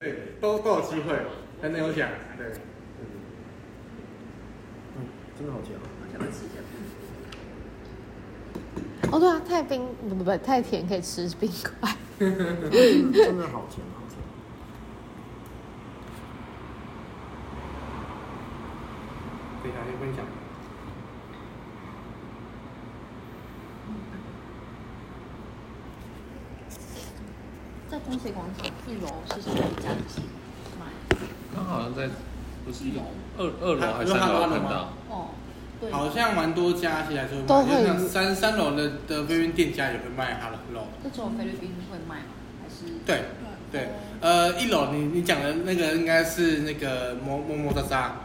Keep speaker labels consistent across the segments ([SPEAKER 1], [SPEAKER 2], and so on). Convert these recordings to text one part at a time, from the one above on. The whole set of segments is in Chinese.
[SPEAKER 1] 对，都都有机会，很能有奖，对。
[SPEAKER 2] 哦，对啊，太冰不不不，太甜可以吃冰块。
[SPEAKER 3] 真的好甜，好甜。
[SPEAKER 1] 等一下先分享。
[SPEAKER 2] 在东协广场一楼是谁一家是买？
[SPEAKER 4] 它好像在不是有二二楼还
[SPEAKER 1] 有
[SPEAKER 4] 是三楼
[SPEAKER 1] 汉堡
[SPEAKER 4] 看
[SPEAKER 1] 吗
[SPEAKER 4] 到？
[SPEAKER 2] 哦，对
[SPEAKER 1] 好像蛮多家其实还是会卖，
[SPEAKER 2] 都会
[SPEAKER 1] 就像三三楼的的边边店家也会卖哈喽肉。
[SPEAKER 2] 那只有菲律宾会卖吗？还是
[SPEAKER 1] 对对，呃，一楼你你讲的那个应该是那个么么么哒哒，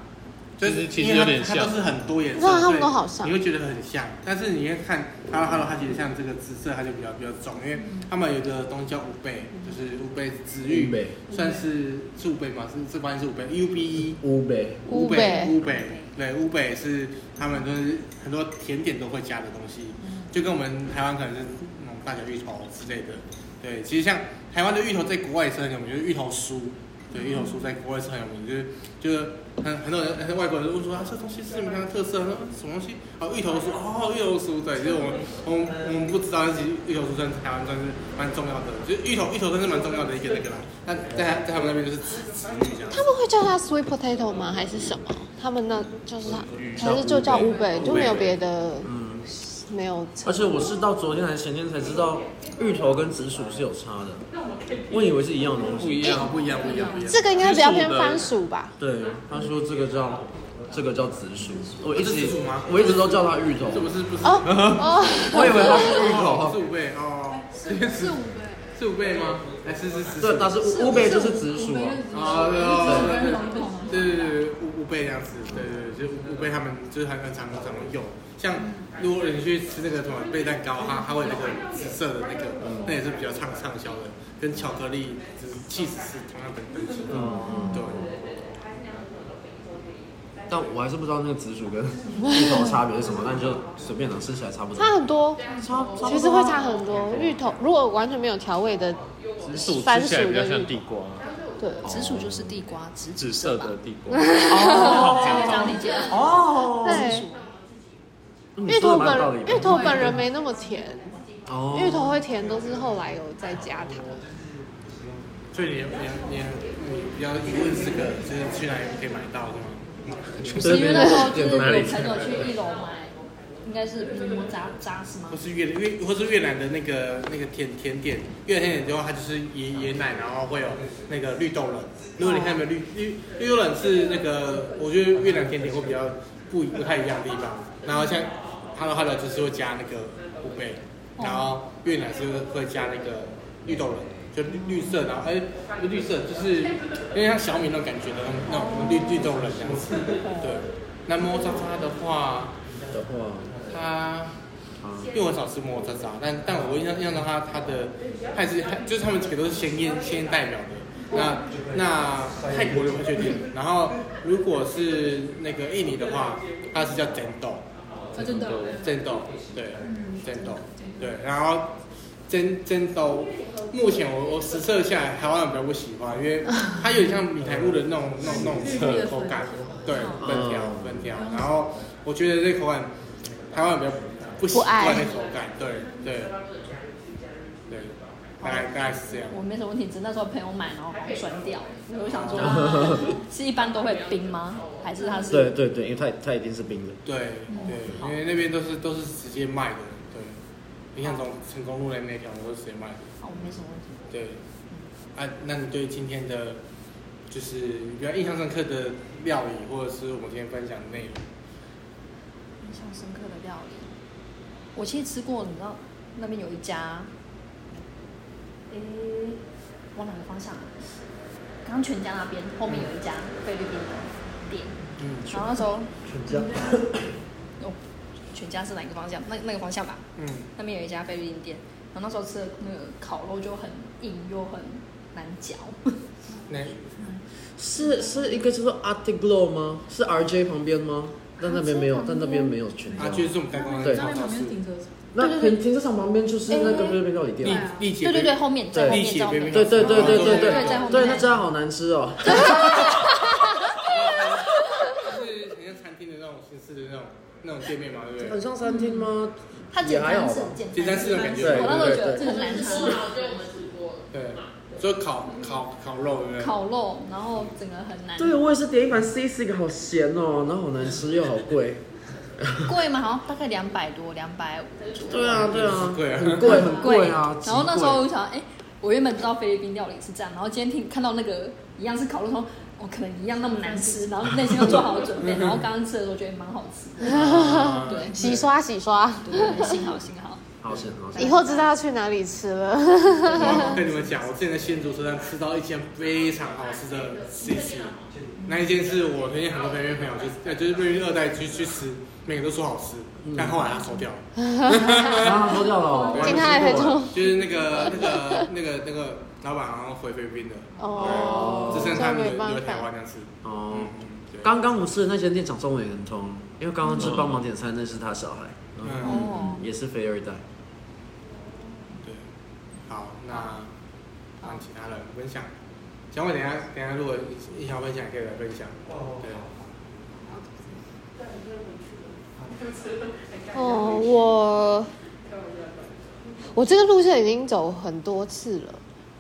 [SPEAKER 1] 就是
[SPEAKER 4] 其实
[SPEAKER 1] 因为它
[SPEAKER 4] 有点像
[SPEAKER 1] 它都是很多颜色，
[SPEAKER 2] 哇它们
[SPEAKER 1] 所以
[SPEAKER 2] 都好像
[SPEAKER 1] 你会觉得很像。但是你会看哈喽哈喽，它其实像这个紫色，它就比较比较重，因为他们有一个东西叫五倍，就是五倍紫玉
[SPEAKER 3] 乌贝，
[SPEAKER 1] 算是是五倍吗？是这关系是五倍，U B E。
[SPEAKER 3] 乌贝，
[SPEAKER 1] 乌
[SPEAKER 2] 乌贝
[SPEAKER 1] 北，乌北，对，乌北是他们就是很多甜点都会加的东西，就跟我们台湾可能是那种大小芋头之类的。对，其实像台湾的芋头在国外也是很有名，就是芋头酥。对，芋头酥在国外是很有名，就是就是很很多人很多外国人都会说啊，这东西是什么样的特色？他说什么东西？哦，芋头酥，哦，芋头酥，对，就是我们我们我们不知道，但是芋头酥在台湾算是蛮重要的，就是芋头芋头算是蛮重要的一个那个啦。那在在他们那边就是紫紫芋这样子。
[SPEAKER 2] 他们会叫它 sweet potato 吗？还是什么？他们那就是它，还是就叫乌贝，就没有别的，
[SPEAKER 3] 嗯
[SPEAKER 2] 没有称。
[SPEAKER 3] 而且我是到昨天还是前天才知道，芋头跟紫薯是有差的，我以为是一样的东西。
[SPEAKER 4] 不一样，
[SPEAKER 1] 不一样，不一样，不一样。
[SPEAKER 2] 这个应该比较偏番薯吧？
[SPEAKER 3] 对，他说这个叫这个叫紫薯，我一直
[SPEAKER 1] 这是紫薯吗
[SPEAKER 3] 我一直都叫它芋头，
[SPEAKER 1] 这不是不是？
[SPEAKER 2] 哦哦，
[SPEAKER 3] 我以为它是芋
[SPEAKER 1] 是
[SPEAKER 3] 头。
[SPEAKER 1] 五倍哦，
[SPEAKER 5] 是五倍，
[SPEAKER 1] 是五倍吗？还是是十？
[SPEAKER 3] 对，它是乌乌贝就是紫薯啊。
[SPEAKER 1] 啊，对
[SPEAKER 5] 对
[SPEAKER 1] 哦，对对对对，五五倍这样子，对对对，就五倍他们就是很很常常会用。像如果你去吃那个什么贝蛋糕，它它会有那个紫色的那个，那也是比较畅畅销的，跟巧克力、就是气死是同样的东西。对，
[SPEAKER 3] 但我还是不知道那个紫薯跟芋头差别是什么，但就随便能吃起来差不多。
[SPEAKER 2] 差很多，
[SPEAKER 3] 差差
[SPEAKER 2] 其实会差很多。芋头如果完全没有调味的，
[SPEAKER 4] 紫薯
[SPEAKER 2] 番
[SPEAKER 4] 吃起来
[SPEAKER 2] 薯
[SPEAKER 4] 比较
[SPEAKER 2] 跟芋
[SPEAKER 4] 像
[SPEAKER 2] 头
[SPEAKER 4] 地瓜，
[SPEAKER 2] 对，
[SPEAKER 5] 紫薯就是地瓜，紫
[SPEAKER 4] 紫色的地瓜。哦
[SPEAKER 5] 这样这样理解。
[SPEAKER 3] 哦，
[SPEAKER 2] 对，
[SPEAKER 3] 你
[SPEAKER 2] 芋
[SPEAKER 3] 说
[SPEAKER 2] 头
[SPEAKER 3] 的蛮
[SPEAKER 2] 本
[SPEAKER 3] 有道理
[SPEAKER 2] 人
[SPEAKER 3] 的
[SPEAKER 2] 芋头本人没那么甜，
[SPEAKER 3] 哦
[SPEAKER 2] 芋头会甜都是后来有再加糖。
[SPEAKER 1] 所以你你你你比较疑问这个，就是去哪里可以买到对吗？
[SPEAKER 5] 是因为那时候就是我朋友去一楼买，应该是嗯什么炸炸是吗
[SPEAKER 1] 或？是越越或是越南的那个那个甜甜点，越南甜点的话，它就是椰椰奶，然后会有那个绿豆冷。如果你看有没有绿绿绿豆冷是那个，我觉得越南甜点会比较不一不太一样的地方。然后像 Hello Hello 就是会加那个五倍，然后越南是会加那个绿豆冷。就绿绿色，然后哎，不是绿色就是有点像小米那种感觉的那种绿绿豆冷这样子。对，那么渣渣的话，
[SPEAKER 3] 的话，
[SPEAKER 1] 它
[SPEAKER 3] 啊
[SPEAKER 1] 因为我很少吃摩摩扎扎，啊但但我印象印象中它它的它也是它就是他们几个都是鲜艳鲜艳代表的。那那泰国有不确定，然后如果是那个印尼的话，它是叫煎豆，
[SPEAKER 5] 啊真的，
[SPEAKER 1] 煎豆对，煎豆对，然后煎煎豆，目前我我实测下来，台湾人比较不喜欢，因 为它有点像米苔木的那种那种那种口感，哦嗯对，粉条粉条，然后我觉得这口感台湾人比较不喜欢那口感，对对对，大概大概是这样。
[SPEAKER 5] 我没什么问题，只是那时候朋友买，然后酸掉，所以我想说啊，是一般都会冰吗？还是它
[SPEAKER 3] 对
[SPEAKER 5] 是？
[SPEAKER 3] 对对，因为它它一定是冰的。
[SPEAKER 1] 对对，因为那边都是都是直接卖的，对，印象中成功路那那条都是直接卖的。
[SPEAKER 5] 好，哦我没什么问题。
[SPEAKER 1] 对，啊，那你对今天的，就是比较印象深刻的料理，或者是我们今天分享的内容，
[SPEAKER 5] 印象深刻的料理，我其实吃过，你知道那边有一家，诶、往哪个方向啊？然后全家那边后面有一家菲律宾的店，
[SPEAKER 1] 嗯，
[SPEAKER 5] 然后那时候
[SPEAKER 3] 全家
[SPEAKER 5] 哦，全家是哪个方向？那那个方向吧，
[SPEAKER 1] 嗯，
[SPEAKER 5] 那边有一家菲律宾店，然后那时候吃的那个烤肉就很硬又很难嚼，
[SPEAKER 1] 那
[SPEAKER 3] 是是一个叫做 Arctic Glow 吗？是 RJ 旁边吗？但那边没有，但那边没有全家
[SPEAKER 1] 啊，。就是我们刚刚
[SPEAKER 3] 对
[SPEAKER 1] 超超市，
[SPEAKER 6] 顶着
[SPEAKER 3] 那停停车场旁边就是那个菲律宾料理
[SPEAKER 1] 丽
[SPEAKER 3] 店。
[SPEAKER 1] 丽姐
[SPEAKER 5] 对对对，后面在后
[SPEAKER 1] 丽
[SPEAKER 5] 面在
[SPEAKER 1] 姐
[SPEAKER 5] 后
[SPEAKER 1] 菲
[SPEAKER 5] 面
[SPEAKER 1] 律宾，啊
[SPEAKER 3] 对对对对对
[SPEAKER 5] 对在后面
[SPEAKER 3] 对，那家好难吃哦。
[SPEAKER 1] 就是很像餐厅的那种形式的那种那种店面嘛，对不对？
[SPEAKER 3] 很像餐厅吗？
[SPEAKER 5] 它简单是简单，
[SPEAKER 1] 简单是那种感觉，
[SPEAKER 3] 对
[SPEAKER 5] 我那时候觉得很难吃，
[SPEAKER 1] 对，就烤烤烤肉，对不对？
[SPEAKER 5] 烤肉，然后整个很难。
[SPEAKER 3] 对，我也是点一盘 C 四个，好咸哦，然后好难吃又好贵。
[SPEAKER 5] 贵吗？好像大概两百多，两百五左右。
[SPEAKER 3] 对啊，对啊，
[SPEAKER 1] 贵啊
[SPEAKER 3] 很贵，很贵啊。
[SPEAKER 5] 然后那时
[SPEAKER 3] 极
[SPEAKER 5] 候
[SPEAKER 3] 贵
[SPEAKER 5] 我想，哎、我原本不知道菲律宾料理是这样，然后今天听看到那个一样是烤肉，说哦，可能一样那么难吃，然后内心又做好了准
[SPEAKER 3] 嗯
[SPEAKER 5] 备，然后刚刚吃的时候觉得蛮好吃的，对，
[SPEAKER 2] 洗刷洗刷，
[SPEAKER 5] 对，幸好幸好，
[SPEAKER 3] 好咸好咸。
[SPEAKER 2] 以后知道要去哪里吃了。
[SPEAKER 1] 我跟你们讲，我之前在新竹车站吃到一间非常好吃的 C C，那一间是我推荐很多菲律宾朋友去，呃，就是瑞宾二代去去吃，每个都说好吃，
[SPEAKER 3] 嗯
[SPEAKER 1] 但后来他收掉了。
[SPEAKER 3] 啊，收掉了哦。
[SPEAKER 2] 今天还没
[SPEAKER 3] 没吃过
[SPEAKER 2] 中
[SPEAKER 3] 哎
[SPEAKER 1] 就是那个那个那个那个老板好像回菲律宾了，
[SPEAKER 2] 哦，
[SPEAKER 1] 只
[SPEAKER 2] 这
[SPEAKER 1] 剩他们
[SPEAKER 2] 没办
[SPEAKER 1] 留在台
[SPEAKER 2] 法
[SPEAKER 1] 湾。这样吃。
[SPEAKER 3] 哦
[SPEAKER 1] 嗯，，对，
[SPEAKER 3] 刚刚我吃的那间店长中文也很通，因为刚刚去帮忙点餐那是他小孩，
[SPEAKER 1] 嗯，
[SPEAKER 5] 哦，
[SPEAKER 3] 也是非二代。
[SPEAKER 1] 对，好，那让其他人分享。小伟，等一下等一下，如果你想分享，可以来分享。对，
[SPEAKER 2] 哦，我我这个路线已经走很多次了，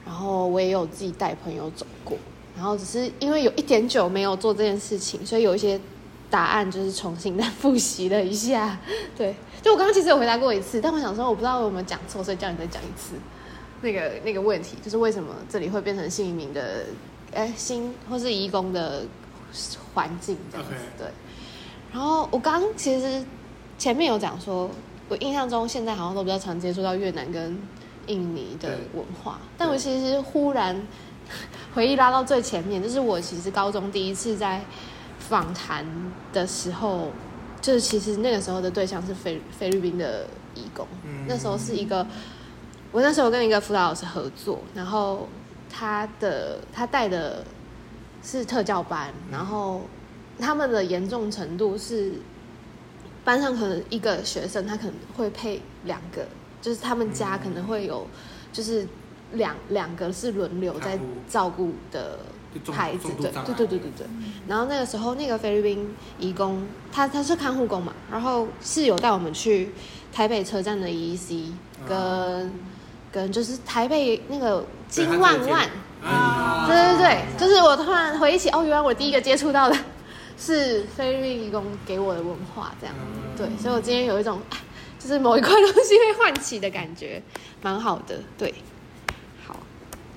[SPEAKER 2] 然后我也有自己带朋友走过，然后只是因为有一点久没有做这件事情，所以有一些答案就是重新再复习了一下。 对，就我刚刚其实有回答过一次，但我想说我不知道我有没有讲错，所以叫你再讲一次。那个那个问题，就是为什么这里会变成新移民的，哎，新或是移工的环境这样子
[SPEAKER 1] OK
[SPEAKER 2] 对。然后我刚其实前面有讲说，我印象中现在好像都比较常接触到越南跟印尼的
[SPEAKER 1] 对
[SPEAKER 2] 文化，但我其实忽然回忆拉到最前面，就是我其实高中第一次在访谈的时候，就是其实那个时候的对象是菲菲律宾的义工，
[SPEAKER 1] 嗯
[SPEAKER 2] 那时候是一个我那时候跟一个辅导老师合作，然后他的他带的是特教班，然后他们的严重程度是班上可能一个学生他可能会配两个，就是他们家可能会有
[SPEAKER 1] 嗯
[SPEAKER 2] 就是两两个是轮流在照顾的
[SPEAKER 1] 就重
[SPEAKER 2] 孩子
[SPEAKER 1] 重，度
[SPEAKER 2] 对
[SPEAKER 1] 障碍嗯
[SPEAKER 2] 对对对对对。然后那个时候那个菲律宾义工，他他是看护工嘛，然后是有带我们去台北车站的 EEC 跟、
[SPEAKER 1] 啊
[SPEAKER 2] 跟就是台北那个金万万，
[SPEAKER 1] 啊，
[SPEAKER 2] 对对对，就是我突然回忆起，哦，原来我第一个接触到的是菲律宾义工给我的文化，这样，
[SPEAKER 1] 嗯
[SPEAKER 2] 对，所以我今天有一种啊就是某一块东西被唤起的感觉，蛮好的，对，好，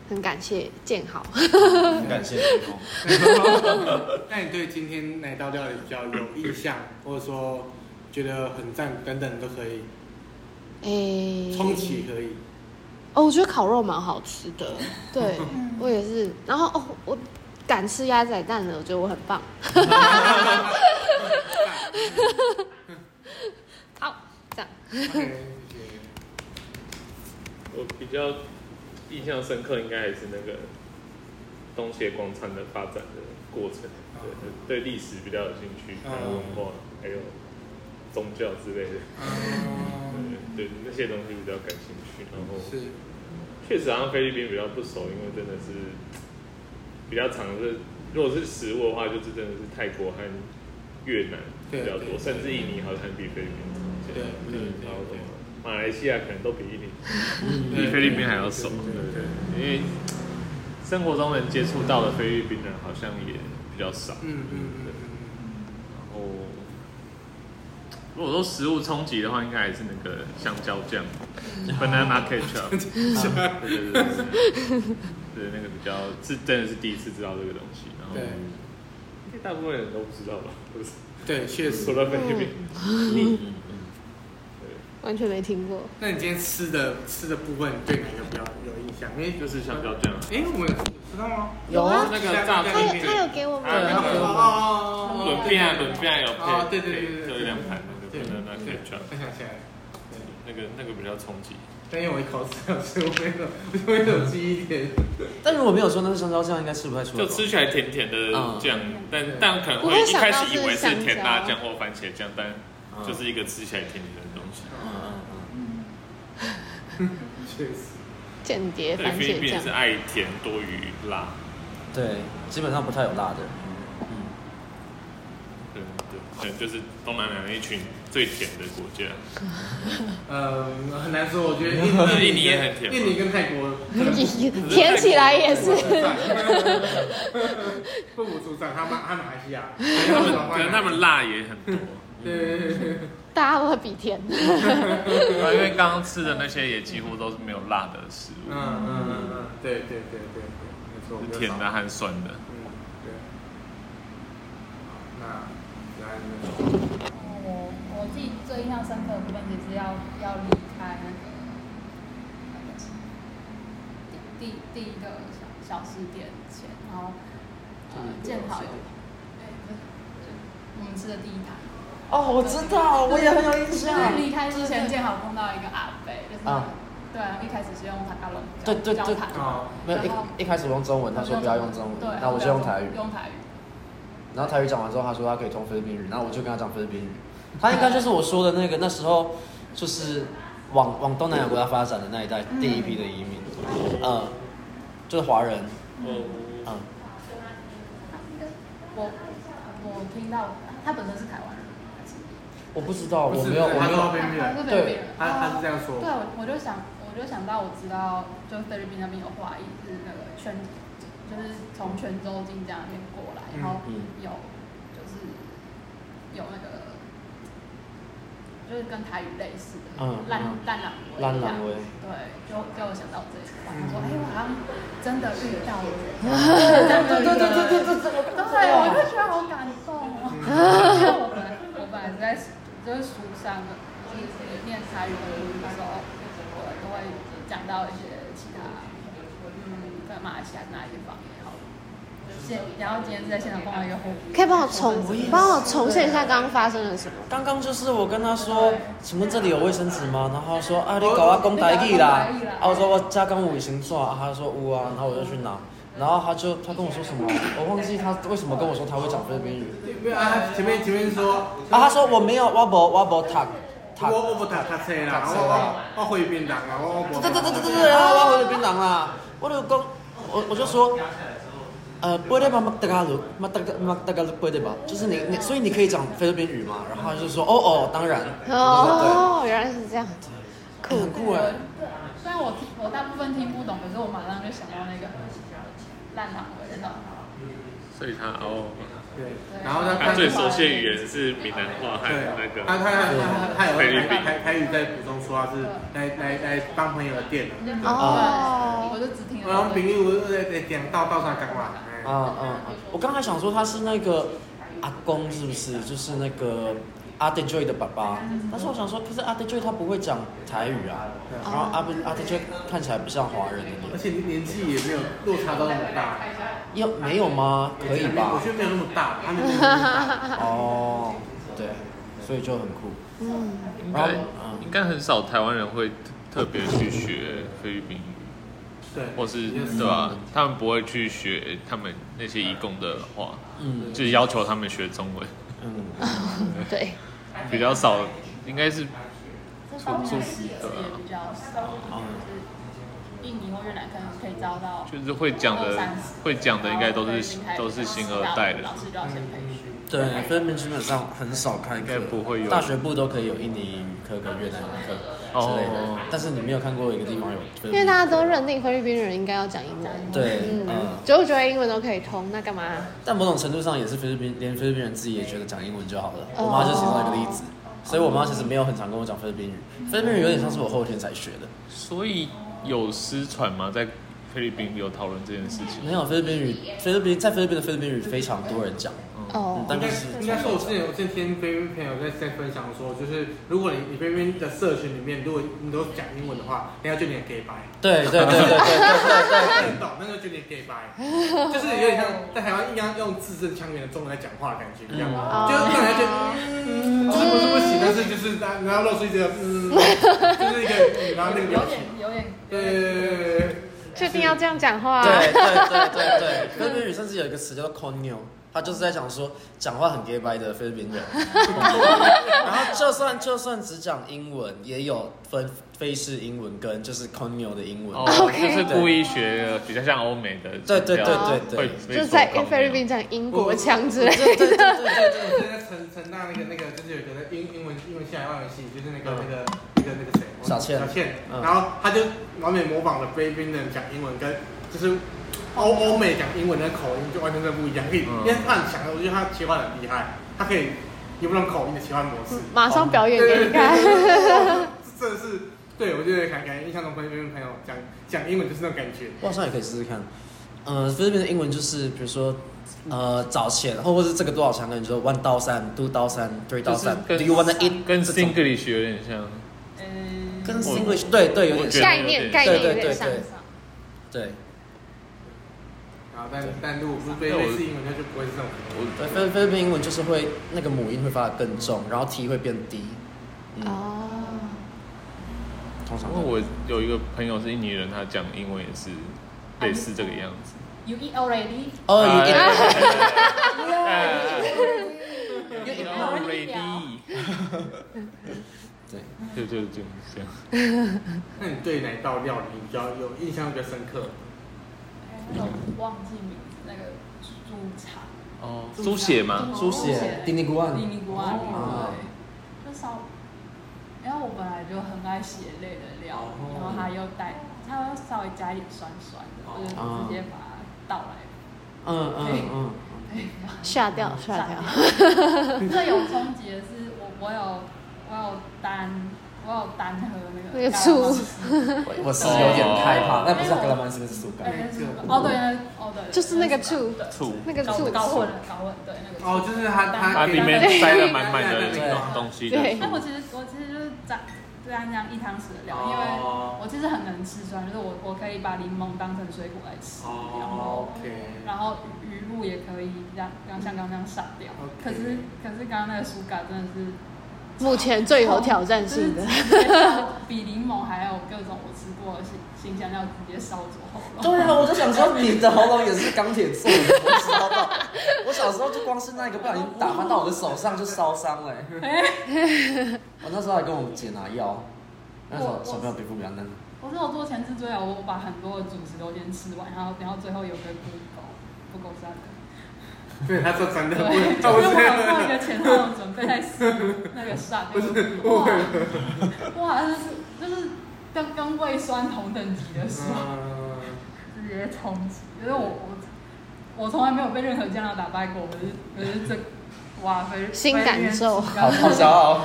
[SPEAKER 2] 很感谢建豪，
[SPEAKER 7] 很感谢你哦。
[SPEAKER 1] 那你对今天哪道料理比较有印象，或者说觉得很赞等等都可以，
[SPEAKER 2] 诶、
[SPEAKER 1] 冲击可以。
[SPEAKER 2] 哎哦，我觉得烤肉蛮好吃的，对我也是。然后哦，我敢吃鸭仔蛋了，我觉得我很棒。好，这样
[SPEAKER 1] OK，
[SPEAKER 8] 我比较印象深刻，应该还是那个东协广场的发展的过程，对对历史比较有兴趣，
[SPEAKER 1] 嗯
[SPEAKER 8] 还有文化，还有宗教之类的，
[SPEAKER 1] 嗯，
[SPEAKER 8] 对对那些东西比较感兴趣。然后
[SPEAKER 1] 是，
[SPEAKER 8] 确实好像菲律宾比较不熟，因为真的是比较常是，如果是食物的话，就是真的是泰国和越南比较
[SPEAKER 1] 对对
[SPEAKER 8] 多，甚至印尼好像比菲律宾多一些
[SPEAKER 1] 对对
[SPEAKER 8] 然后
[SPEAKER 1] 对
[SPEAKER 8] 马来西亚可能都比印尼
[SPEAKER 1] 对，
[SPEAKER 8] 比菲律宾还要熟，
[SPEAKER 1] 对对对，
[SPEAKER 8] 因为生活中能接触到的菲律宾人好像也比较少。
[SPEAKER 1] 嗯嗯嗯
[SPEAKER 8] 然后，如果说食物冲击的话，应该还是那个香蕉酱 （banana ketchup）。对对对对，对那个比较是真的是第一次知道这个东西，然后
[SPEAKER 1] 对
[SPEAKER 8] 应该大部分人都不知道吧？不是
[SPEAKER 1] 对，确实
[SPEAKER 8] 除，了菲律宾，
[SPEAKER 2] 嗯
[SPEAKER 8] 对，
[SPEAKER 2] 完全没听过。
[SPEAKER 1] 那你今天吃的吃的部分，你对哪个比较有印象？因为
[SPEAKER 8] 就是香蕉酱啊。
[SPEAKER 1] 哎，我们知道吗？
[SPEAKER 3] 有
[SPEAKER 2] 啊
[SPEAKER 8] 那个炸
[SPEAKER 2] 他
[SPEAKER 8] 酱
[SPEAKER 2] 有
[SPEAKER 8] 面，
[SPEAKER 2] 他有给我
[SPEAKER 8] 啊
[SPEAKER 2] 们
[SPEAKER 8] 那
[SPEAKER 1] 哦
[SPEAKER 8] 个
[SPEAKER 1] 哦哦，
[SPEAKER 8] 轮片啊，轮片啊有
[SPEAKER 1] 哦
[SPEAKER 8] 配，
[SPEAKER 1] 对对对对
[SPEAKER 8] 就
[SPEAKER 1] 对，
[SPEAKER 8] 一两盘那
[SPEAKER 1] 对
[SPEAKER 8] 个 banana ketchup，
[SPEAKER 1] 我想起来了，对，
[SPEAKER 8] 那个那个比较冲击。
[SPEAKER 1] 但因为我一口吃了，所以我没有，我没有记忆点。
[SPEAKER 3] 但如果没有说那是香蕉酱，应该吃不太出来
[SPEAKER 8] 就
[SPEAKER 3] 吧。
[SPEAKER 8] 吃起来甜甜的酱，但但可能
[SPEAKER 2] 不
[SPEAKER 8] 会
[SPEAKER 2] 会
[SPEAKER 8] 一
[SPEAKER 2] 想
[SPEAKER 8] 开
[SPEAKER 2] 到
[SPEAKER 8] 始以为
[SPEAKER 2] 是香
[SPEAKER 8] 是甜辣
[SPEAKER 2] 蕉
[SPEAKER 8] 酱或番茄酱，但就是一个吃起来甜甜的东西。
[SPEAKER 3] 嗯嗯嗯，
[SPEAKER 1] 确实，
[SPEAKER 2] 间谍
[SPEAKER 8] 对，
[SPEAKER 2] 番
[SPEAKER 8] 菲律宾
[SPEAKER 2] 茄
[SPEAKER 8] 人是
[SPEAKER 2] 酱，
[SPEAKER 8] 爱甜多于辣。
[SPEAKER 3] 对，基本上不太有辣的。
[SPEAKER 8] 对对，可能就是东南亚那一群最甜的国家。
[SPEAKER 1] 呃，很难说，我觉得
[SPEAKER 8] 印尼也很甜
[SPEAKER 1] 印尼跟泰国可能
[SPEAKER 2] 甜起来也是。
[SPEAKER 1] 不不出战，他们他们马来西亚，
[SPEAKER 8] 他们可能他们辣也很多，
[SPEAKER 1] 对，
[SPEAKER 2] 大家都会比甜。
[SPEAKER 8] 啊因为刚刚吃的那些也几乎都是没有辣的食
[SPEAKER 1] 嗯
[SPEAKER 8] 物，
[SPEAKER 1] 嗯嗯嗯，对对对对对，没错，
[SPEAKER 8] 是甜的和酸的。
[SPEAKER 1] 嗯，对。那来
[SPEAKER 6] 我我自己最印象深刻的部分，其实要要离开那个那个第第第一个小小吃店前，然后呃建好有，对，就我们吃的第一摊。
[SPEAKER 3] 哦，我知道，我也很有印象。
[SPEAKER 6] 就是离开之前，建好碰到一个阿伯，就是那个、
[SPEAKER 3] 啊
[SPEAKER 6] 对啊，一开始是用塔卡龙
[SPEAKER 3] 对对对
[SPEAKER 6] 交谈，
[SPEAKER 1] 哦，
[SPEAKER 3] 没有一一开始我用中文，他说不要用中文
[SPEAKER 6] 对，，
[SPEAKER 3] 那我就用台语。
[SPEAKER 6] 用台语，
[SPEAKER 3] 然后台语讲完之后，他说他可以通菲律宾语，然后我就跟他讲菲律宾语。他应该就是我说的那个那时候就是往往东南亚国家发展的那一代第一批的移民，嗯，就是华人，嗯，
[SPEAKER 6] 我我听到他本身是台湾人，还是
[SPEAKER 3] 我不知道，
[SPEAKER 1] 不
[SPEAKER 3] 我
[SPEAKER 1] 是
[SPEAKER 3] 没有我
[SPEAKER 1] 他
[SPEAKER 3] 没有
[SPEAKER 1] 说菲律宾
[SPEAKER 6] 他
[SPEAKER 1] 人，
[SPEAKER 6] 是菲律宾人，
[SPEAKER 1] 他他是这样说，
[SPEAKER 3] 哦
[SPEAKER 6] 对，我我就想，我就想到我知道，就菲律宾那边有华裔是那个泉，就是从泉州进江那边过来，然后
[SPEAKER 3] 嗯
[SPEAKER 6] 有就是有那个就是跟台语类似的，
[SPEAKER 3] 嗯
[SPEAKER 6] 烂
[SPEAKER 3] 嗯
[SPEAKER 6] 烂朗维，
[SPEAKER 3] 烂嗯朗维，
[SPEAKER 6] 对，就就我想到这一块，我说哎，我好像真的遇到了，
[SPEAKER 3] 对对对对对对对，
[SPEAKER 6] 对，我就觉得好
[SPEAKER 2] 啊
[SPEAKER 6] 感动哦，因为我本来我本来是在就是书上的，就是念台语的时候，我都会讲到一些其他，嗯，在马来西亚哪一个方面好。现，然后今天在现场碰到一个火
[SPEAKER 2] 可以帮我重帮我重现一下刚刚发生了什么？
[SPEAKER 3] 刚刚就是我跟他说，请问这里有卫生纸吗？然后他说啊，你搞我公台语啦
[SPEAKER 6] 你跟我讲台语啦。
[SPEAKER 3] 啊，我说我家刚五行做啊，他说有啊，然后我就去拿，然后他就他跟我说什么，我忘记他为什么跟我说他会讲菲律宾语。
[SPEAKER 1] 没有啊，前面前面说，
[SPEAKER 3] 啊，他说我没有，我无，我无读
[SPEAKER 1] 我
[SPEAKER 3] 读。
[SPEAKER 1] 我不打他车啦，我我我回槟榔啊，我我
[SPEAKER 3] 对对对对对对，然后我回槟榔啦，我就讲，我我就说，呃，不对吧，马达加鲁，马达马达加鲁不对吧？就是你你，所以你可以讲菲律宾语嘛？然后他就说，哦哦，当然。哦。
[SPEAKER 2] 哦，原来是这样。
[SPEAKER 3] 对，很酷哎。
[SPEAKER 6] 虽然我听我大部分听不懂，可是我马上就想到那个烂糖味道。
[SPEAKER 8] 所以他哦，
[SPEAKER 1] 对，然后他
[SPEAKER 8] 他最熟悉的语言是闽南话和那
[SPEAKER 1] 对，他
[SPEAKER 8] 个
[SPEAKER 1] 他他他他有台台语在补充说他是
[SPEAKER 3] 嗯
[SPEAKER 1] 来来来帮朋友的店的，
[SPEAKER 2] 哦
[SPEAKER 6] 对我就只听
[SPEAKER 1] 然后
[SPEAKER 6] 了这
[SPEAKER 1] 朋
[SPEAKER 6] 个。
[SPEAKER 1] 友在讲到到啥讲啦，
[SPEAKER 3] 啊嗯嗯，我刚才想说他是那个阿公是不是？就是那个阿 d Joy 的爸爸。但是我想说，可是阿 d Joy 他不会讲台语啊，然后阿阿 d Joy 看起来不像华人的
[SPEAKER 1] 而
[SPEAKER 3] 脸，
[SPEAKER 1] 且年纪也没有落差到那么大，
[SPEAKER 3] 有没有吗？可以吧
[SPEAKER 1] 我？觉得没有那么大，他们没有那 么大，
[SPEAKER 3] 哦，对，所以就很酷。
[SPEAKER 8] 应
[SPEAKER 3] 然后
[SPEAKER 8] 该
[SPEAKER 3] 嗯
[SPEAKER 8] 应该很少台湾人会特特别去学菲律宾语。
[SPEAKER 1] 对，
[SPEAKER 8] 或是对啊吧、他们不会去学他们那些义工的话，
[SPEAKER 3] 嗯
[SPEAKER 8] 就是要求他们学中文，
[SPEAKER 3] 嗯，
[SPEAKER 2] 对，
[SPEAKER 8] 比较少，应该是
[SPEAKER 6] 这方面的细节比较少，就是印尼或越南可能可以招到
[SPEAKER 8] 就是会讲
[SPEAKER 6] 二
[SPEAKER 8] 的
[SPEAKER 6] 三十
[SPEAKER 8] 会讲的应该都
[SPEAKER 6] 然后
[SPEAKER 8] 是
[SPEAKER 6] 菲律宾
[SPEAKER 8] 都是新二
[SPEAKER 6] 开始
[SPEAKER 8] 代的，
[SPEAKER 6] 老师就要先培训。
[SPEAKER 3] 对，菲律宾基本上很少开
[SPEAKER 8] 应
[SPEAKER 3] 课
[SPEAKER 8] 该，不会有
[SPEAKER 3] 大学部都可以有印尼语课跟越南语课之类的
[SPEAKER 8] 哦，
[SPEAKER 3] 但是你没有看过一个地方有菲律宾语课，
[SPEAKER 2] 因为大家都认定菲律宾人应该要讲英文，
[SPEAKER 3] 对，
[SPEAKER 2] 嗯，。
[SPEAKER 3] 嗯
[SPEAKER 2] 九九英文都可以通，那干嘛？
[SPEAKER 3] 但某种程度上也是菲律宾，连菲律宾人自己也觉得讲英文就好了。我妈就是其中一个例子，所以我妈其实没有很常跟我讲菲律宾语，菲律宾语有点像是我后天才学的。
[SPEAKER 8] 所以有失传吗？在菲律宾有讨论这件事情？
[SPEAKER 3] 没有菲律宾语，菲律宾在菲律宾的菲律宾语非常多人讲，
[SPEAKER 8] 嗯，
[SPEAKER 2] 哦
[SPEAKER 3] 嗯，但
[SPEAKER 1] 应该
[SPEAKER 3] 就是
[SPEAKER 1] 应该是我之前有之前听菲律宾朋友在在分享说，就是如果你你菲律宾的社群里面，如果你都讲英文的话，人家就你 gay 白，
[SPEAKER 3] 对对对对对对
[SPEAKER 1] 看得懂，那就觉得你 gay 白，就是有点像在台湾硬要用字正腔圆的中文来讲话的感觉一样，
[SPEAKER 2] 嗯
[SPEAKER 1] 就是让人家觉得嗯，就是不是不行，但是就是然后露出一个嗯，就是一个然后那个表
[SPEAKER 6] 有
[SPEAKER 1] 情，
[SPEAKER 6] 点有点
[SPEAKER 1] 对对对对对对。
[SPEAKER 2] 确定要这样讲话、
[SPEAKER 3] 对对对对对，菲律宾语甚至有一个词叫 c o n o 他就是在讲说讲话很 gay 白的菲律宾人，然后就算就算只讲英文，也有分非式英文跟就是 c o n o 的英文。
[SPEAKER 8] 哦，就是故意
[SPEAKER 4] 呃
[SPEAKER 8] 学比较像欧美的腔调，
[SPEAKER 3] 对对对对对
[SPEAKER 8] 会
[SPEAKER 2] 就
[SPEAKER 8] 会
[SPEAKER 2] 是在
[SPEAKER 8] 说广
[SPEAKER 2] 菲律
[SPEAKER 8] 东
[SPEAKER 2] 宾讲英国腔之类。
[SPEAKER 3] 对对对 对对
[SPEAKER 1] 对，我之前在成成大那个那个，就是有一个英英文英文系还是外文系，就是那个、那个那个那个谁，
[SPEAKER 3] 嗯小倩
[SPEAKER 1] 小倩，
[SPEAKER 3] 嗯
[SPEAKER 1] 然后他就完美模仿了菲律宾人讲英文跟就是欧欧美讲英文的口音就完全真的不一样，可以，
[SPEAKER 8] 嗯
[SPEAKER 1] 因为他很强，我觉得他切换很厉害，他可以有不同口音的切换模 式，
[SPEAKER 2] 马上表演
[SPEAKER 1] 对对
[SPEAKER 2] 给
[SPEAKER 1] 对
[SPEAKER 2] 你
[SPEAKER 1] 对
[SPEAKER 2] 看。
[SPEAKER 1] 对，这是对我觉得感感觉印象中菲律宾朋友讲讲英文就是那种感觉，
[SPEAKER 3] 我好像也可以试试看。呃，菲律宾的英文就是比如说，呃，找钱，或或是这个多少钱，跟你说 one 到三，two 到三，three 到
[SPEAKER 8] 就是
[SPEAKER 3] 三
[SPEAKER 8] 跟
[SPEAKER 3] ，do you wanna eat？
[SPEAKER 8] 跟
[SPEAKER 3] 这种
[SPEAKER 8] Singlish 有点像，
[SPEAKER 6] 嗯，
[SPEAKER 3] 跟
[SPEAKER 8] 我
[SPEAKER 3] English 对对有
[SPEAKER 8] 我
[SPEAKER 3] 点
[SPEAKER 8] 觉
[SPEAKER 3] 像，
[SPEAKER 8] 得
[SPEAKER 2] 概念概念有点像，
[SPEAKER 3] 对对。
[SPEAKER 1] 然啊后但但如果不是菲律宾式英文，他就不会是这种。
[SPEAKER 3] 对，菲菲律宾英文就是会那个母音会发的更重，然后 t 会变低，嗯，
[SPEAKER 2] 哦，
[SPEAKER 3] 通常
[SPEAKER 8] 因为我有一个朋友是印尼人，他讲英文也是类似这个样子。
[SPEAKER 6] You eat already？
[SPEAKER 3] 哦，
[SPEAKER 8] 啊
[SPEAKER 3] 你
[SPEAKER 8] 对
[SPEAKER 3] 给
[SPEAKER 8] 对对 Already，
[SPEAKER 3] 对，
[SPEAKER 8] 就就就这样。
[SPEAKER 1] 那你对哪一道料理比较有印象比较深刻？
[SPEAKER 6] 那种忘记名字那个猪肠，
[SPEAKER 8] 哦，猪血吗？
[SPEAKER 3] 猪血叮叮咕咕
[SPEAKER 6] 丁尼古安，
[SPEAKER 3] 哦
[SPEAKER 6] 对，就烧。因为我本来就很爱血类的料，然后它又带，它又稍微加一点酸酸的，我就直接把它倒来
[SPEAKER 3] 嗯嗯嗯，
[SPEAKER 2] 吓掉吓掉。
[SPEAKER 6] 最有冲击的是我我有我有单我有单喝那个
[SPEAKER 2] 那个醋
[SPEAKER 3] 我我是有点害怕，那不是格拉曼斯，那是苏
[SPEAKER 6] 对
[SPEAKER 3] 干，
[SPEAKER 6] 那是什么哦对那哦对，
[SPEAKER 2] 就是那个醋
[SPEAKER 6] 对
[SPEAKER 8] 醋
[SPEAKER 2] 那个
[SPEAKER 6] 搞
[SPEAKER 2] 醋
[SPEAKER 6] 搞混了搞混对那个醋
[SPEAKER 1] 哦，就是他他
[SPEAKER 8] 它里面塞了满满的
[SPEAKER 3] 对
[SPEAKER 8] 东西的
[SPEAKER 2] 对
[SPEAKER 6] 哎我其实我其实就是沾这样这样一汤匙的料，因为
[SPEAKER 1] 哦
[SPEAKER 6] 我其实很能吃酸，就是我我可以把柠檬当成水果来吃，然后
[SPEAKER 1] 哦，OK，
[SPEAKER 6] 然后鱼露也可以让让像刚刚那样撒掉
[SPEAKER 1] OK，
[SPEAKER 6] 可是可是刚刚那个苏嘎真的是。
[SPEAKER 2] 目前最有挑战性的
[SPEAKER 6] 就，是直接烧比柠檬还有各种我吃过的新新香料直接烧灼喉咙。
[SPEAKER 3] 对啊，我就想说你的喉咙也是钢铁做的，我知道到，我小时候就光是那个不小心打翻到我的手上就烧伤了欸，我那时候还跟我姐拿药，那时候小朋友皮肤比较嫩，
[SPEAKER 6] 我是有做前置追啊，我把很多的主食都先吃完，然后然后最后有个不狗不狗沙的，
[SPEAKER 1] 对，他说真的，
[SPEAKER 6] 对，
[SPEAKER 1] 我
[SPEAKER 6] 因为
[SPEAKER 1] 我
[SPEAKER 6] 我有
[SPEAKER 1] 是
[SPEAKER 6] 做一个前后的准备在吃那个沙，哇哇，就是就是 跟跟胃酸同等级的时候。
[SPEAKER 1] 嗯，
[SPEAKER 6] 直接冲击，因为我我我从来没有被任何酱料打败过，可是可是这哇， 可是
[SPEAKER 2] 新感受
[SPEAKER 3] 好好骄傲。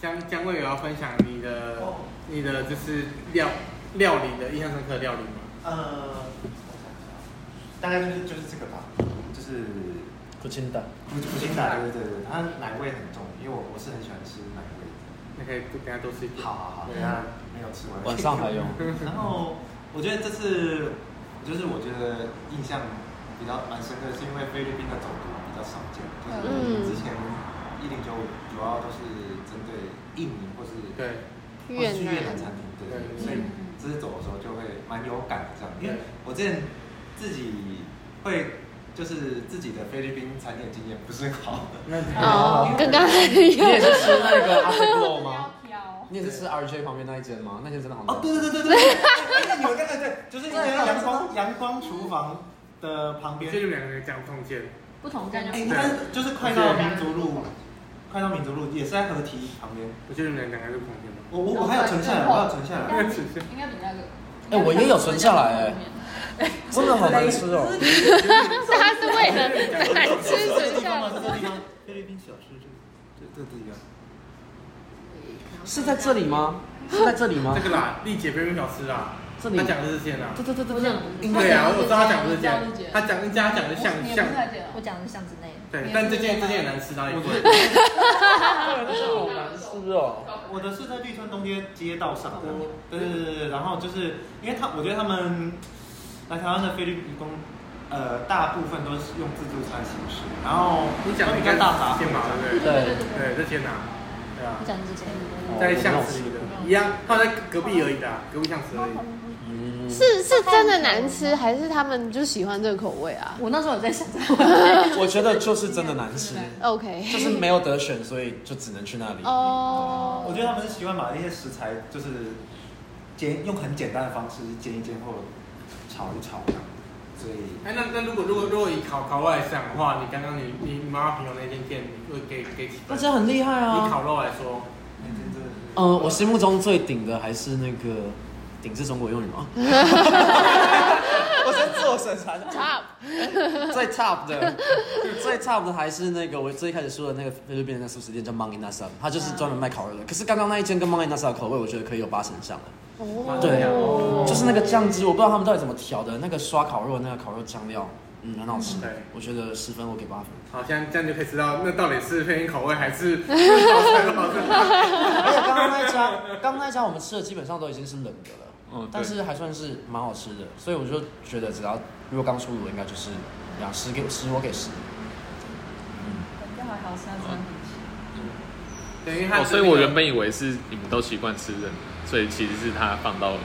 [SPEAKER 1] 姜姜味有要分享你的你的就是料料理的印象深刻的料理吗？
[SPEAKER 7] 呃，大概就是就是这个吧，就是
[SPEAKER 3] 不清淡，
[SPEAKER 7] 不不清奶，对对对对，它奶味很重，因为我我是很喜欢吃奶味的。
[SPEAKER 1] 那可以等下多吃一点。啊
[SPEAKER 7] 好好好，等一 下没有吃完。
[SPEAKER 3] 晚上还有。
[SPEAKER 7] 然后我觉得这次，就是我觉得印象比较蛮深刻，是因为菲律宾的走读比较少见，就是
[SPEAKER 2] 嗯
[SPEAKER 7] 之前一零九五主要都是针对印尼或是
[SPEAKER 1] 对，
[SPEAKER 7] 或是去越南餐厅，对对对，嗯所以这次走的时候就会蛮有感的这样，因为我之前自己会。就是自己的菲律宾餐点经验不是很好，
[SPEAKER 2] 哦，跟刚才一
[SPEAKER 3] 你也
[SPEAKER 2] 样。
[SPEAKER 3] 是吃那个阿菲
[SPEAKER 6] 不
[SPEAKER 3] 洛
[SPEAKER 6] 要
[SPEAKER 3] 吗？
[SPEAKER 6] 挑，
[SPEAKER 3] 你也是吃 RJ 旁边那一间吗？那间真的好难
[SPEAKER 7] 哦，
[SPEAKER 3] 吃。
[SPEAKER 7] 对对对对对，哎，你们刚才对，就是那个阳光阳光厨房的旁
[SPEAKER 1] 我
[SPEAKER 7] 边
[SPEAKER 1] 觉得，你们两个人讲不通见，
[SPEAKER 5] 不同站
[SPEAKER 7] 哎，
[SPEAKER 5] 就
[SPEAKER 7] 应该就是快到民族路，快到民族路也是在河堤旁边。
[SPEAKER 1] 我觉得你们两个人是不同见吗？
[SPEAKER 7] 我我我还有啊存下来，我还有存下来。
[SPEAKER 6] 应该比那个。
[SPEAKER 3] 哎我也有存下来欸 真的好难吃哦。
[SPEAKER 2] 他是为了难吃存下
[SPEAKER 7] 这个地方，菲律宾小吃这个这这地方。
[SPEAKER 3] 是在这里吗？是在这里吗
[SPEAKER 1] 这？个啦，丽姐被冰小吃啦，
[SPEAKER 3] 啊这里
[SPEAKER 1] 他讲的是这些啦。
[SPEAKER 3] 对对对对
[SPEAKER 6] 我
[SPEAKER 3] 对
[SPEAKER 6] 讲，
[SPEAKER 1] 对啊，我知道他讲的是这样
[SPEAKER 6] 我知道，
[SPEAKER 1] 他讲一家讲的像
[SPEAKER 6] 你也不
[SPEAKER 1] 像
[SPEAKER 6] 是，在剪
[SPEAKER 5] 我讲的是巷子内，
[SPEAKER 1] 对，但这件这件也难吃啊到一
[SPEAKER 7] 我觉
[SPEAKER 1] 份。
[SPEAKER 7] 得
[SPEAKER 3] 那是好难吃哦。
[SPEAKER 7] 我的是在绿村东街街道上的，对对对对对，然后就是因为他，我觉得他们来台湾的菲律宾工，呃，大部分都是用自助餐形式，然后
[SPEAKER 1] 你讲的
[SPEAKER 7] 比
[SPEAKER 1] 应
[SPEAKER 7] 较
[SPEAKER 1] 该
[SPEAKER 7] 大杂
[SPEAKER 1] 是这件吧，对不对？
[SPEAKER 3] 对，
[SPEAKER 1] 对，这件啦，对啊
[SPEAKER 5] 我，讲的是这个。
[SPEAKER 1] 在巷子里的，一样，他在隔壁而已的啊，隔壁巷子而已。
[SPEAKER 3] 嗯，
[SPEAKER 2] 是是真的难吃，还是他们就喜欢这个口味啊
[SPEAKER 5] 我那时候有 在想这个，
[SPEAKER 3] 我觉得就是真的难吃，就
[SPEAKER 2] ？OK，
[SPEAKER 3] 是没有得选，所以就只能去那里。
[SPEAKER 2] 哦，
[SPEAKER 7] 我觉得他们是习惯把那些食材就是煎，用很简单的方式煎一煎或炒一炒这样，所以
[SPEAKER 1] 哎，那那如果如果如果以烤烤肉来讲的话，你刚刚你你妈妈平常那间店，你会给给几
[SPEAKER 3] 那
[SPEAKER 1] 分？
[SPEAKER 3] 这样很厉害啊！
[SPEAKER 1] 以烤肉来说，
[SPEAKER 7] 那天真的是
[SPEAKER 3] 嗯，我心目中最顶的还是那个“顶是中国用语吗？我先自我审查一下。
[SPEAKER 2] Top
[SPEAKER 3] 最 top 的，最 top 的还是那个我最一开始说的那个菲律宾的那个素食店叫 m o n g i n a s a 它就是专门卖烤肉的。可是刚刚那一间跟 m o n g i n a s a 的口味，我觉得可以有八成像了。
[SPEAKER 2] 哦
[SPEAKER 3] 对，啊就是那个酱汁，我不知道他们到底怎么调的，那个刷烤肉的那个烤肉酱料，嗯，很好吃
[SPEAKER 1] 对。
[SPEAKER 3] 我觉得十分，我给八分。
[SPEAKER 1] 好，现在这样就可以知道那到底是配音口味还是 还
[SPEAKER 3] 而且刚刚那一 家，刚刚那一家我们吃的基本上都已经是冷的了。
[SPEAKER 8] 哦，对
[SPEAKER 3] 但是还算是蛮好吃的，所以我就觉得只要如果刚出炉，应该就是两十给十，我给十。
[SPEAKER 6] 人家还好吃，真的很奇
[SPEAKER 1] 对，因为它
[SPEAKER 8] 哦，
[SPEAKER 1] 是
[SPEAKER 8] 所以
[SPEAKER 1] 那个
[SPEAKER 8] 我原本以为是你们都习惯吃人，所以其实是他放到我们。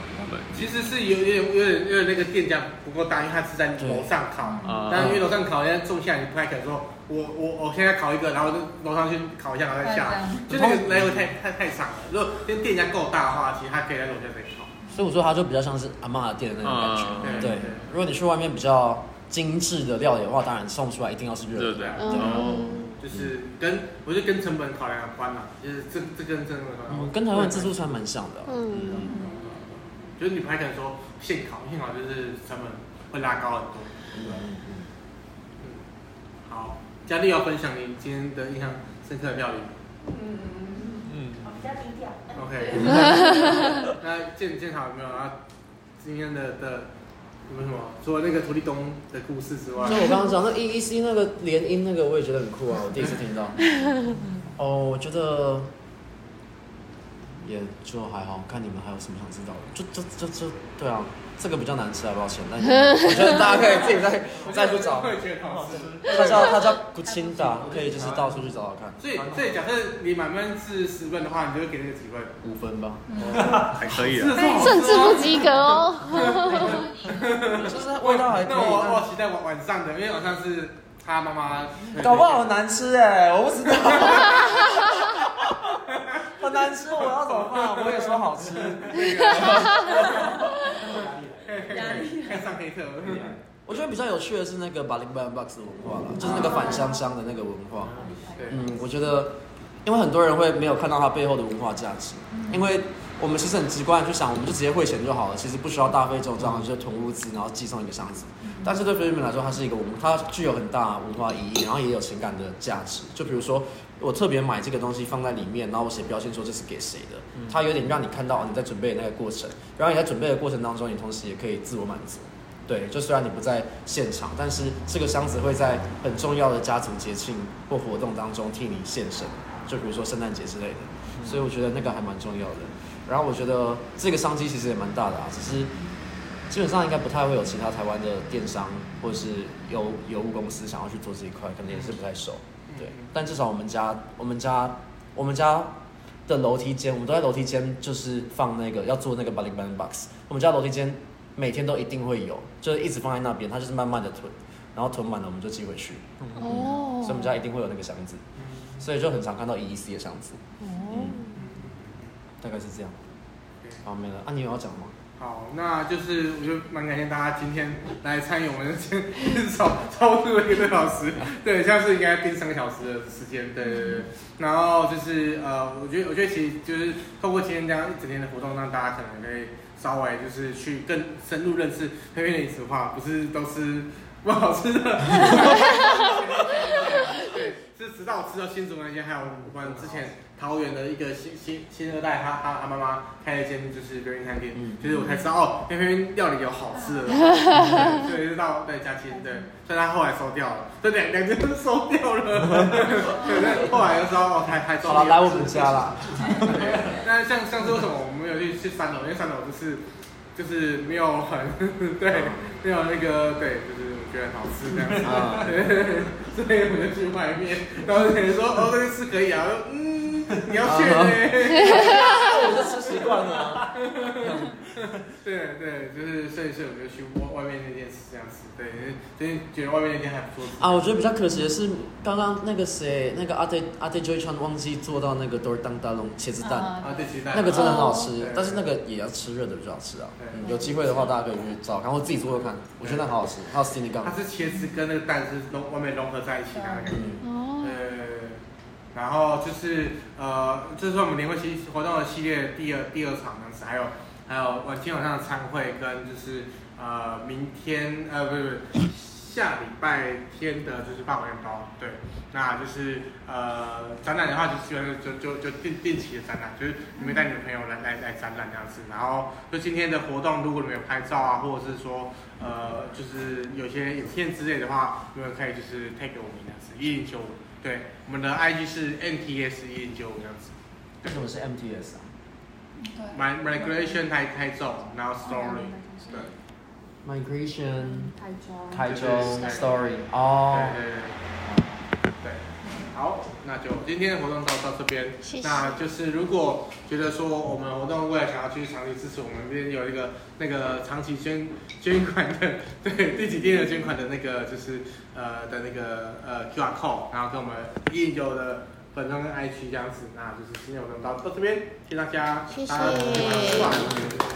[SPEAKER 1] 其实是有点有点有点那个店家不够大，因为他是在楼上烤，
[SPEAKER 8] 啊
[SPEAKER 1] 但是因为楼上烤，人家种下你不太可能说，我我我现在烤一个，然后就楼上去烤一下，然后再下来，就那个来回太太太长了。如果跟店家够大的话，其实他可以在楼下再烤。
[SPEAKER 3] 所以我说它就比较像是阿嬷的店的那种感觉。
[SPEAKER 8] 嗯
[SPEAKER 3] 对，如果你去外面比较精致的料理的话，当然送出来一定要是热
[SPEAKER 8] 对
[SPEAKER 3] 的。
[SPEAKER 8] 对啊，哦，
[SPEAKER 2] 嗯，
[SPEAKER 1] 就是跟我就跟成本考量有关啦，就是这这跟成本考量有
[SPEAKER 3] 嗯，
[SPEAKER 1] 关。
[SPEAKER 3] 跟台湾自助餐蛮像的、啊
[SPEAKER 2] 嗯，
[SPEAKER 1] 就是你不太可能说现烤，现烤就是成本会拉高很多。嗯好，佳丽要分享你今天的印象深刻的料理。
[SPEAKER 8] 嗯，
[SPEAKER 1] OK，那建建好有没有啊？今天的的有没有什么？除了那个土地公的故事之外
[SPEAKER 3] 就，我刚刚讲那 E E C 那个连音那个，我也觉得很酷啊，我第一次听到。哦，我觉得也就还好，看你们还有什么想知道的，就就就就对啊，这个比较难吃啊，抱歉，但我觉得大家可以自己再再去找
[SPEAKER 1] 我。也觉得好
[SPEAKER 8] 嗯
[SPEAKER 1] 吃。
[SPEAKER 3] 它 叫它叫古钦达，可以就是到处去找找看。
[SPEAKER 1] 所以，所以假设你满分是十分的话，你就会给那个几分？
[SPEAKER 3] 五分吧，
[SPEAKER 8] 还可以
[SPEAKER 1] 是
[SPEAKER 8] 啊。
[SPEAKER 1] 不是好吃
[SPEAKER 2] 嗯甚至不及格哦。
[SPEAKER 3] 就是味道还可
[SPEAKER 1] 那我我
[SPEAKER 3] 以，
[SPEAKER 1] 好期待晚晚上的，因为晚上是他妈妈。
[SPEAKER 3] 但搞不好很难吃哎，我不知道， 很难吃，我要怎么办？我也说好吃，
[SPEAKER 1] 看 上黑特。
[SPEAKER 3] 我觉得比较有趣的是那个巴林巴 box 的文化了，就是那个返乡乡的那个文化。
[SPEAKER 5] 啊
[SPEAKER 1] 哦对，
[SPEAKER 3] 嗯，我觉得，因为很多人会没有看到它背后的文化价值，因为我们其实很直观地去想，我们就直接汇钱就好了，其实不需要大费周章，就囤物资，然后寄送一个箱子。但是对菲律宾来说，它是一个文，它具有很大文化意义，然后也有情感的价值。就比如说，我特别买这个东西放在里面，然后我写标签说这是给谁的，它有点让你看到哦你在准备的那个过程，然后你在准备的过程当中，你同时也可以自我满足。对，就虽然你不在现场，但是这个箱子会在很重要的家族节庆或活动当中替你献身，就比如说圣诞节之类的，所以我觉得那个还蛮重要的。然后我觉得这个商机其实也蛮大的啊，只是基本上应该不太会有其他台湾的电商或者是邮邮务公司想要去做这一块，可能也是不太熟。对，
[SPEAKER 1] 嗯
[SPEAKER 3] 但至少我们家我们家我们家的楼梯间，我们都在楼梯间就是放那个要做那个 b a l i n g b a n box，我们家楼梯间每天都一定会有，就是一直放在那边，它就是慢慢的囤，然后囤满了我们就寄回去，
[SPEAKER 2] 哦，
[SPEAKER 3] 所以我们家一定会有那个箱子，所以就很常看到 EEC 的箱子，
[SPEAKER 2] 哦
[SPEAKER 3] 嗯，大概是这样。好，没了啊，你有要讲吗？
[SPEAKER 1] 好，那就是我就蛮感谢大家今天来参与我们的今天 超超度了一个多小 时，对，像是应该变三个小时的时间，对对
[SPEAKER 3] 嗯
[SPEAKER 1] 对。然后就是呃，我觉得我觉得其实就是透过今天这样一整天的活动，让大家可能可以稍微就是去更深入认识黑边的饮食 文化，不是都是不好吃的。对，是直到我吃到新竹那些，还有我们之前桃园的一个新新新二代，他他他妈妈开了一间就是便利餐店，
[SPEAKER 3] 嗯
[SPEAKER 1] 就是我才知道哦，那边料理有好吃的 东西，对，对就到对嘉兴，对，所以他后来收掉了，这两两间都收掉了， 对，但后来的时候哦，才才收掉
[SPEAKER 3] 好了，来我们家啦。
[SPEAKER 1] 那像像是为什么我们没有去去三楼？因为三楼就是就是没有很对，
[SPEAKER 3] 嗯
[SPEAKER 1] 没有那个对，就是我觉得很好吃这样子，对
[SPEAKER 3] 嗯
[SPEAKER 1] 所以我们就去外面。然后有人说哦，这个是可以啊，我说嗯，你要去欸呢？
[SPEAKER 3] 我是吃习惯了啊。
[SPEAKER 1] 对对，就是所以所以我们就去外外面那间吃这样子，对，因为觉得外面那间还不错吃。
[SPEAKER 3] 啊，我觉得比较可惜的是，刚刚那个谁，那个阿呆阿呆 Joy 川忘记做到那个 Dor Dang d a l o n 茄
[SPEAKER 6] 嗯
[SPEAKER 3] 子蛋，
[SPEAKER 1] 啊，对，鸡蛋
[SPEAKER 3] 那个真的很好吃
[SPEAKER 1] 哦，
[SPEAKER 3] 但是那个也要吃热的比较好吃啊。
[SPEAKER 1] 对
[SPEAKER 3] 嗯有机会的话，大家可以去找，然后自己做做看，我觉得那好好吃。还有 Steamy
[SPEAKER 1] 它
[SPEAKER 3] Gum，
[SPEAKER 1] 是茄子跟那个蛋是融外面融合在一起的那个感
[SPEAKER 3] 嗯
[SPEAKER 1] 觉。
[SPEAKER 2] 哦，
[SPEAKER 1] 呃，然后就是呃，这是我们年会系活动的系列第二第二场这样子，还有还有晚今天晚上的参会跟就是呃明天呃不是不是下礼拜天的就是霸王面包，对，那就是呃展览的话就基本上就就就定定期的展览，就是你们带你的朋友来来来展览这样子，然后就今天的活动如果你们有拍照啊，或者是说呃就是有些影片之类的话，你们可以就是 tag 我们这样子一零九五。对，我们的 IG 是 NTS 一零九五这样子
[SPEAKER 3] 为什么是 MTS 啊？
[SPEAKER 6] 对，
[SPEAKER 1] ，My Migration 台台中，然后 Story，对，
[SPEAKER 3] Migration
[SPEAKER 6] 台中
[SPEAKER 3] 台州
[SPEAKER 1] 对
[SPEAKER 3] Story
[SPEAKER 1] 对
[SPEAKER 3] 哦，
[SPEAKER 1] 对对对，好，那就今天的活动到到这边，
[SPEAKER 2] 谢谢
[SPEAKER 1] 那就是如果觉得说我们活动未来想要去长期支持，我们这边有一个那个长期捐捐款的，对，第几天的捐款的那个就是呃的那个呃 QR code，然后跟我们一零九的粉专跟 IG 这样子，那就是今天活动到到这边，谢谢大家，
[SPEAKER 2] 谢谢
[SPEAKER 1] 大家晚安